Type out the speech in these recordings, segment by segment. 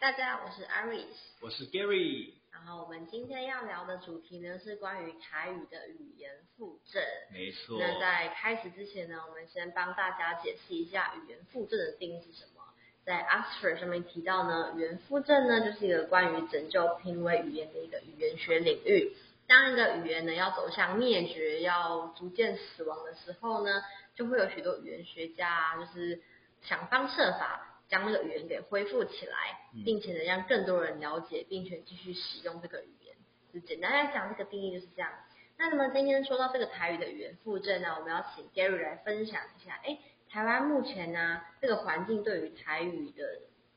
大家好，我是 Iris，我是 Gary，然后我们今天要聊的主题呢是关于台语的语言复振。没错，那在开始之前呢，我们先帮大家解释一下语言复振的定义是什么。在 Oxford 上面提到呢，语言复振呢就是一个关于拯救濒危语言的一个语言学领域。当一个语言呢要走向灭绝、要逐渐死亡的时候呢，就会有许多语言学家啊就是想方设法将这个语言给恢复起来，嗯并且呢让更多人了解，并且继续使用这个语言。就简单来讲，这个定义就是这样。那么今天说到这个台语的语言复振呢，我们要请 Gary 来分享一下，哎，台湾目前呢、这个环境对于台语的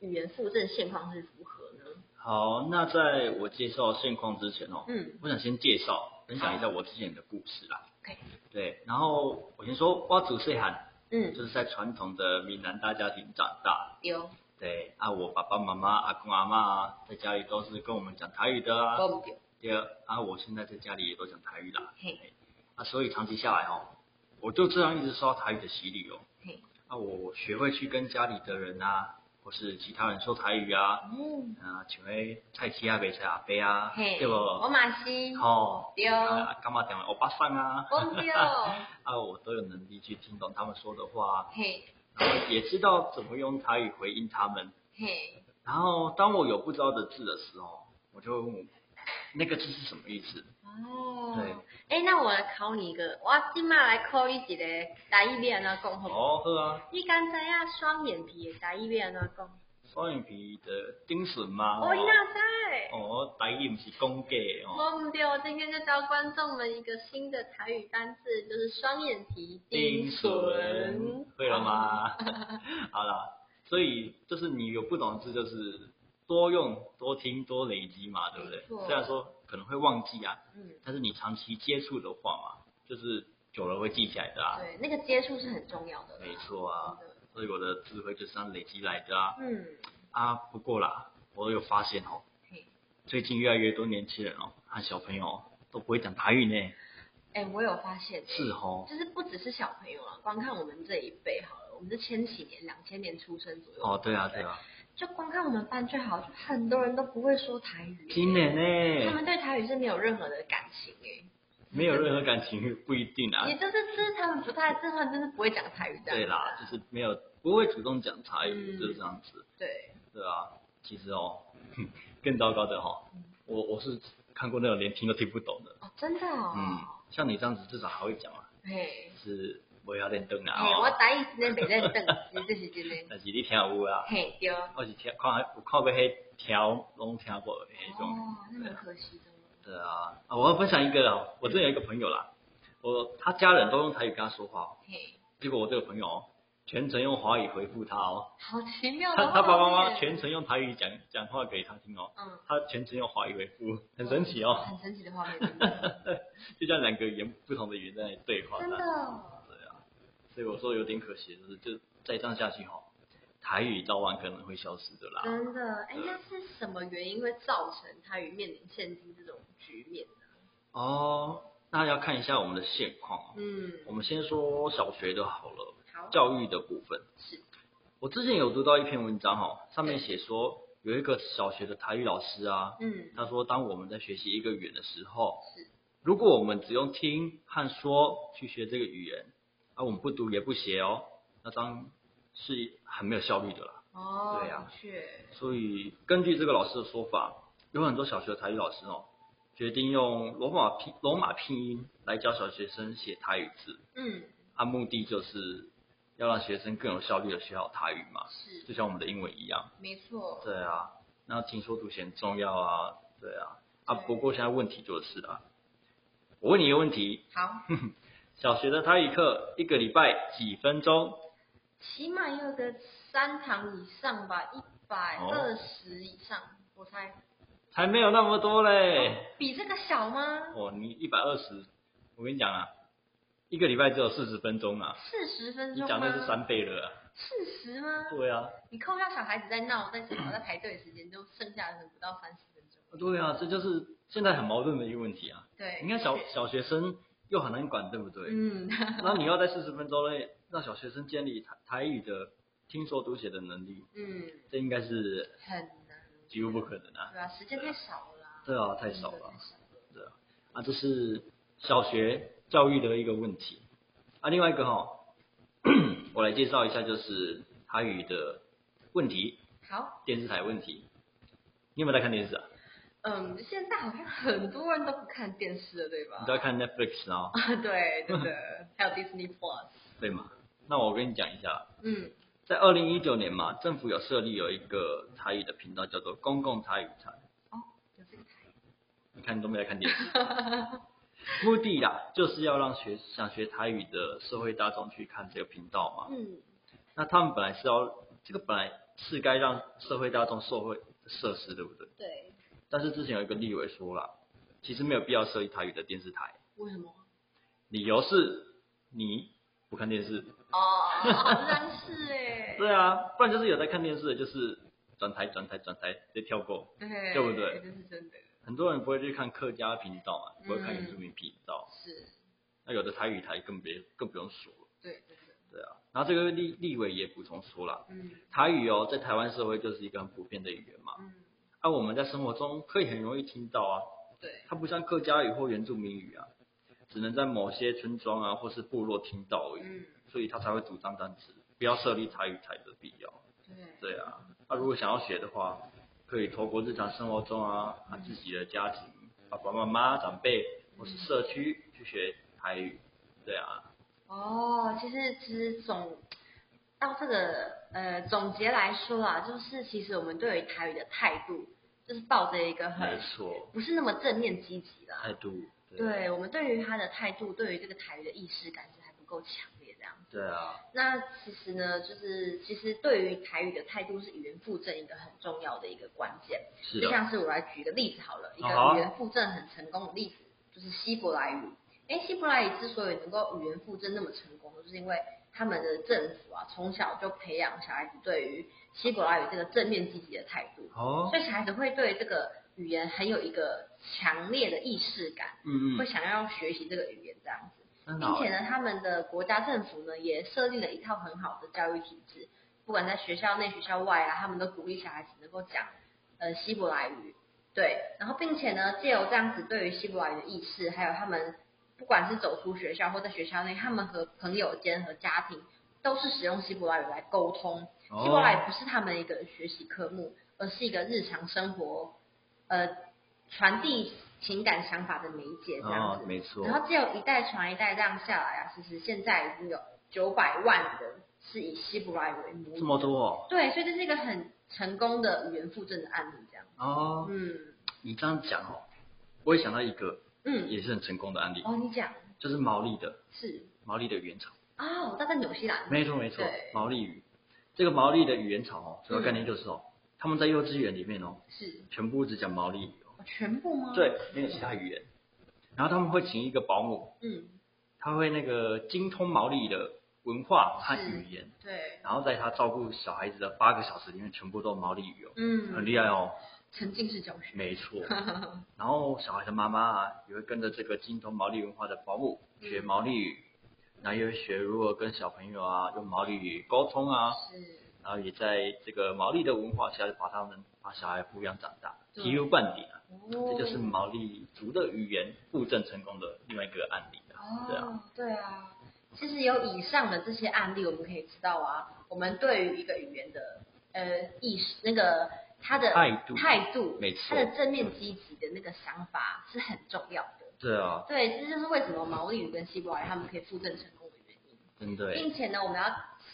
语言复振现况是如何呢？好，那在我介绍现况之前哦，嗯我想先介绍分享一下我之前的故事啦。 ，OK，对，然后我先说，我祖岁涵就嗯，是在传统的闽南大家庭长大。有，对啊，我爸爸妈妈、阿公阿妈在家里都是跟我们讲台语的啊。我不丢，第二啊，我现在在家里也都讲台语啦。嘿啊，所以长期下来哦，我就这样一直受到台语的洗礼哦。嘿，啊，我学会去跟家里的人啊，或是其他人说台语啊，嗯，啊，像迄菜市啊、卖菜阿伯啊，嘿，对我无？马西，吼，对哦啊，干嘛讲欧巴桑啊？我不丢，啊，我都有能力去听懂他们说的话， 嘿然后也知道怎么用台语回应他们。嘿，然后当我有不知道的字的时候，我就会问我那个字是什么意思？哦，哎，那我来考你一个，我今麦来考你一个台语要安怎讲好不好？哦，好啊，你敢知影双眼皮的台语要安怎讲？双眼皮的丁笋吗？哦，你哪知？哦，台语不是公价的哦，我们对，我今天就教观众们一个新的台语单字，就是双眼皮丁笋笋，，会了？ 吗？好了，所以就是你有不懂的字，就是多用、多听、多累积嘛，对不没错对？虽然说可能会忘记啊，嗯，但是你长期接触的话嘛，就是久了会记起来的啊。对，那个接触是很重要的啦。没错啊，真的所以我的智慧就是这样累积来的啊。嗯，啊，不过啦，我有发现哦嘿，最近越来越多年轻人哦，和小朋友哦都不会讲台语呢。哎、我有发现，是哦，就是不只是小朋友了，啊光看我们这一辈好了，我们是千禧年、两千年出生左右，哦，对啊，对啊，就光看我们班就好，就很多人都不会说台语，今年他呢，们对台语是没有任何的感情哎、没有任何感情不一定啊。也就是这是他们不太，这他们真的不会讲台语这样对子啊啦，就是没有不会主动讲台嗯语，就是这样子，对，对啊。其实哦， 哼更糟糕的哦嗯，我我是看过那种连听都听不懂的，哦，真的哦，嗯，像你这样子至少还会讲嘛，嘿。就是我要练灯啊嘿，哎我哦，台语真的袂认得，真的是真的。但是你听有啊，嘿，对。哦，我是听看有看过迄条拢听过的那种，哦那蛮可惜的。对啊。啊，我要分享一个哦，我这有一个朋友啦，我他家人都用台语跟他说话哦，嘿，结果我这个朋友哦全程用华语回复他哦，好奇妙他的。他爸爸妈妈。全程用台语讲讲话给他听哦，嗯，他全程用华语回 复，很神奇哦，很神奇的画面。真 的。就像两个语言不同的语言在那里对话。真的哦。对啊，所以我说有点可惜，就是就再这样下去哈、哦，台语早晚可能会消失的啦。真的，哎，那是什么原因会造成台语面临现今这种局面呢？哦，那要看一下我们的现况哦。我嗯，们先说小学的好了，好。教育的部分。是。我之前有读到一篇文章哈、哦，上面写说有一个小学的台语老师啊，嗯，他说，当我们在学习一个语言的时候是，如果我们只用听和说去学这个语言，而、我们不读也不写哦，那当是很没有效率的啦。哦，对啊的确，所以根据这个老师的说法，有很多小学的台语老师哦，决定用罗马拼罗马拼音来教小学生写台语字，嗯，啊，目的就是要让学生更有效率的学好台语嘛，是，就像我们的英文一样。没错，对啊，那听说读写很重要啊，对啊，啊，对不过现在问题就是啊，我问你一个问题，好，小学的台语课一个礼拜几分钟？起码要个三堂以上吧，一百二十以上，我猜。才没有那么多嘞，哦比这个小吗？哦，你一百二十，我跟你讲啊，一个礼拜只有四十分钟啊，四十分你钟吗？讲的是三倍了啊、四十吗？对啊，你扣掉小孩子在闹，在吵、在排队的时间，就剩下的不到三十分钟。对啊，这就是现在很矛盾的一个问题啊，对，你看小是小学生又很难管，对不对？嗯，那你要在四十分钟内让小学生建立台台语的听说读写的能力，嗯，这应该是很难。几乎不可能啊。对啊，时间太少了啦。对啊，太少真的了太。少了对啊，啊，这是小学教育的一个问题。啊，另外一个哈、 我来介绍一下，就是台语的问题，好，电视台问题。你有没有在看电视啊？嗯，现在好像很多人都不看电视了，对吧？你都在看 Netflix 啊，啊， 对，真的，还有 Disney Plus。对吗？那我跟你讲一下，嗯，在二零一九年嘛，政府有设立有一个台语的频道，叫做公共台语台。哦，有这个台。你看你都没在看电视，目的呀，就是要让学想学台语的社会大众去看这个频道嘛。嗯，那他们本来是要这个本来是该让社会大众受惠的设施，对不对？对。但是之前有一个立委说了，其实没有必要设立台语的电视台，为什么？理由是你不看电视。哦，好像是哎。对啊，不然就是有在看电视的，就是转台转台转台直接跳过。对， 对不对这是真的，很多人不会去看客家频道嘛，不会看嗯原住民频道，是，那有的台语台更别更不用说了。对，真的，对啊，然后这个立立委也补充说了，嗯台语哦，在台湾社会就是一个很普遍的语言嘛，嗯，啊，我们在生活中可以很容易听到啊，对，它不像客家语或原住民语啊，只能在某些村庄啊或是部落听到而已，嗯所以他才会主张单词，不要设立台语台的必要。对，对啊，那、如果想要学的话，可以透过日常生活中啊，啊自己的家庭、爸爸妈妈、长辈或是社区去学台语。对啊，哦，其实其实总到这个呃总结来说啊，就是其实我们对于台语的态度，就是抱着一个没很错，不是那么正面积极啦，态度。啊对我们对于他的态度，对于这个台语的意识感是还不够强烈这样。对啊，那其实呢，就是其实对于台语的态度是语言附赠一个很重要的一个关键。是就的，像是我来举一个例子好了，一个好啊语言附赠很成功的例子，就是希伯来语。哎，希伯来语之所以能够语言附赠那么成功，就是因为他们的政府啊，从小就培养小孩子对于希伯来语这个正面积极的态度，哦，所以小孩子会对这个语言很有一个强烈的意识感，嗯会嗯，想要学习这个语言这样子。很并好且欸，呢，他们的国家政府呢也设立了一套很好的教育体制，不管在学校内、学校外啊，他们都鼓励小孩子能够讲呃希伯来语，对，然后并且呢，借由这样子对于希伯来语的意识，还有他们不管是走出学校或在学校内，他们和朋友间和家庭都是使用希伯来语来沟通，希伯来哦，语不是他们一个学习科目，而是一个日常生活呃传递情感想法的媒介这样哦子。，没错，然后只有一代传一代这样下来啊，其实现在已经有九百万人是以希伯来语为母这语。么多哦，对，所以这是一个很成功的语言附赠的案例，这样。哦，嗯你这样讲哦，我也想到一个嗯，也是很成功的案例，哦，你讲就是毛利的是毛利的原厂。啊，我待在纽西兰。没错没错对，毛利语，这个毛利的语言场哦，主要概念就是嗯哦，他们在幼稚园里面哦，是全部只讲毛利语哦，哦全部吗？，对，没有其他语言。然后他们会请一个保姆，嗯，他会那个精通毛利的文化和语言，对，然后在他照顾小孩子的八个小时里面，全部都毛利语哦，很嗯，厉害哦，沉浸式教学。没 错。然后小孩的妈妈啊，也会跟着这个精通毛利文化的保姆学嗯毛利语，然后也会学如何跟小朋友啊用毛利语沟通啊，是，然后也在这个毛利的文化下，把他们把小孩抚养长大，对体无半点啊。哦，这就是毛利族的语言附赠成功的另外一个案例啊。对啊，哦，对啊，其实有以上的这些案例，我们可以知道啊，我们对于一个语言的呃意识，那个它的态度态度，没错嗯它的正面积极的那个想法是很重要的。对啊，对，这就是为什么毛利语跟希伯来他们可以附赠成功的原因，真的耶。并且呢，我们要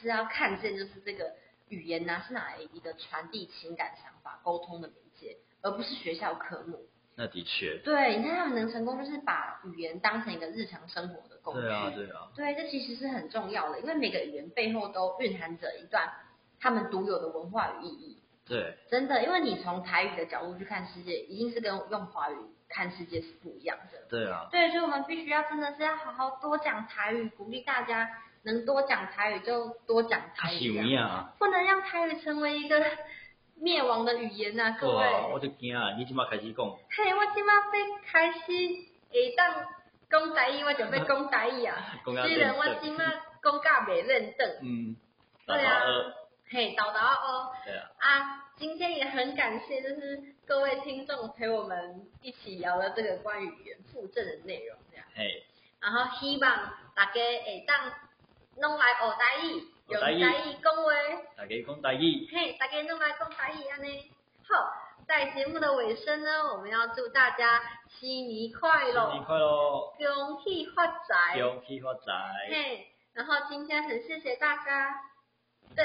是要看见就是这个语言呢、是哪一个传递情感想法、沟通的媒介，而不是学校科目。那的确，对，你看他们能成功，就是把语言当成一个日常生活的工具。对啊，对啊，对，这其实是很重要的，因为每个语言背后都蕴含着一段他们独有的文化与意义。对，真的，因为你从台语的角度去看世界，一定是跟用华语看世界是不一样的。对啊，对，所以我们必须要真的是要好好多讲台语，鼓励大家能多讲台语就多讲他台是语有这样，影啊。不能让台语成为一个灭亡的语言呐、各位。哇，我就惊啊！你即马开始讲，嘿，我即马要开始会当讲台语，我就要讲台语 啊。讲到虽然我这，即马讲甲袂认真，嗯，对大家啊好，嘿，豆豆啊哦，对啊，啊，今天也很感谢，就是各位听众陪我们一起聊了这个关于语言复振的内容，这样。嘿，然后希望大家会当拢来学台语，用台学台语语讲话，大家讲台语，嘿，大家拢来讲台语安尼。好，在节目的尾声呢，我们要祝大家新年快新年乐，快乐，恭喜发财。恭喜发财，嘿，然后今天很谢谢大家，对，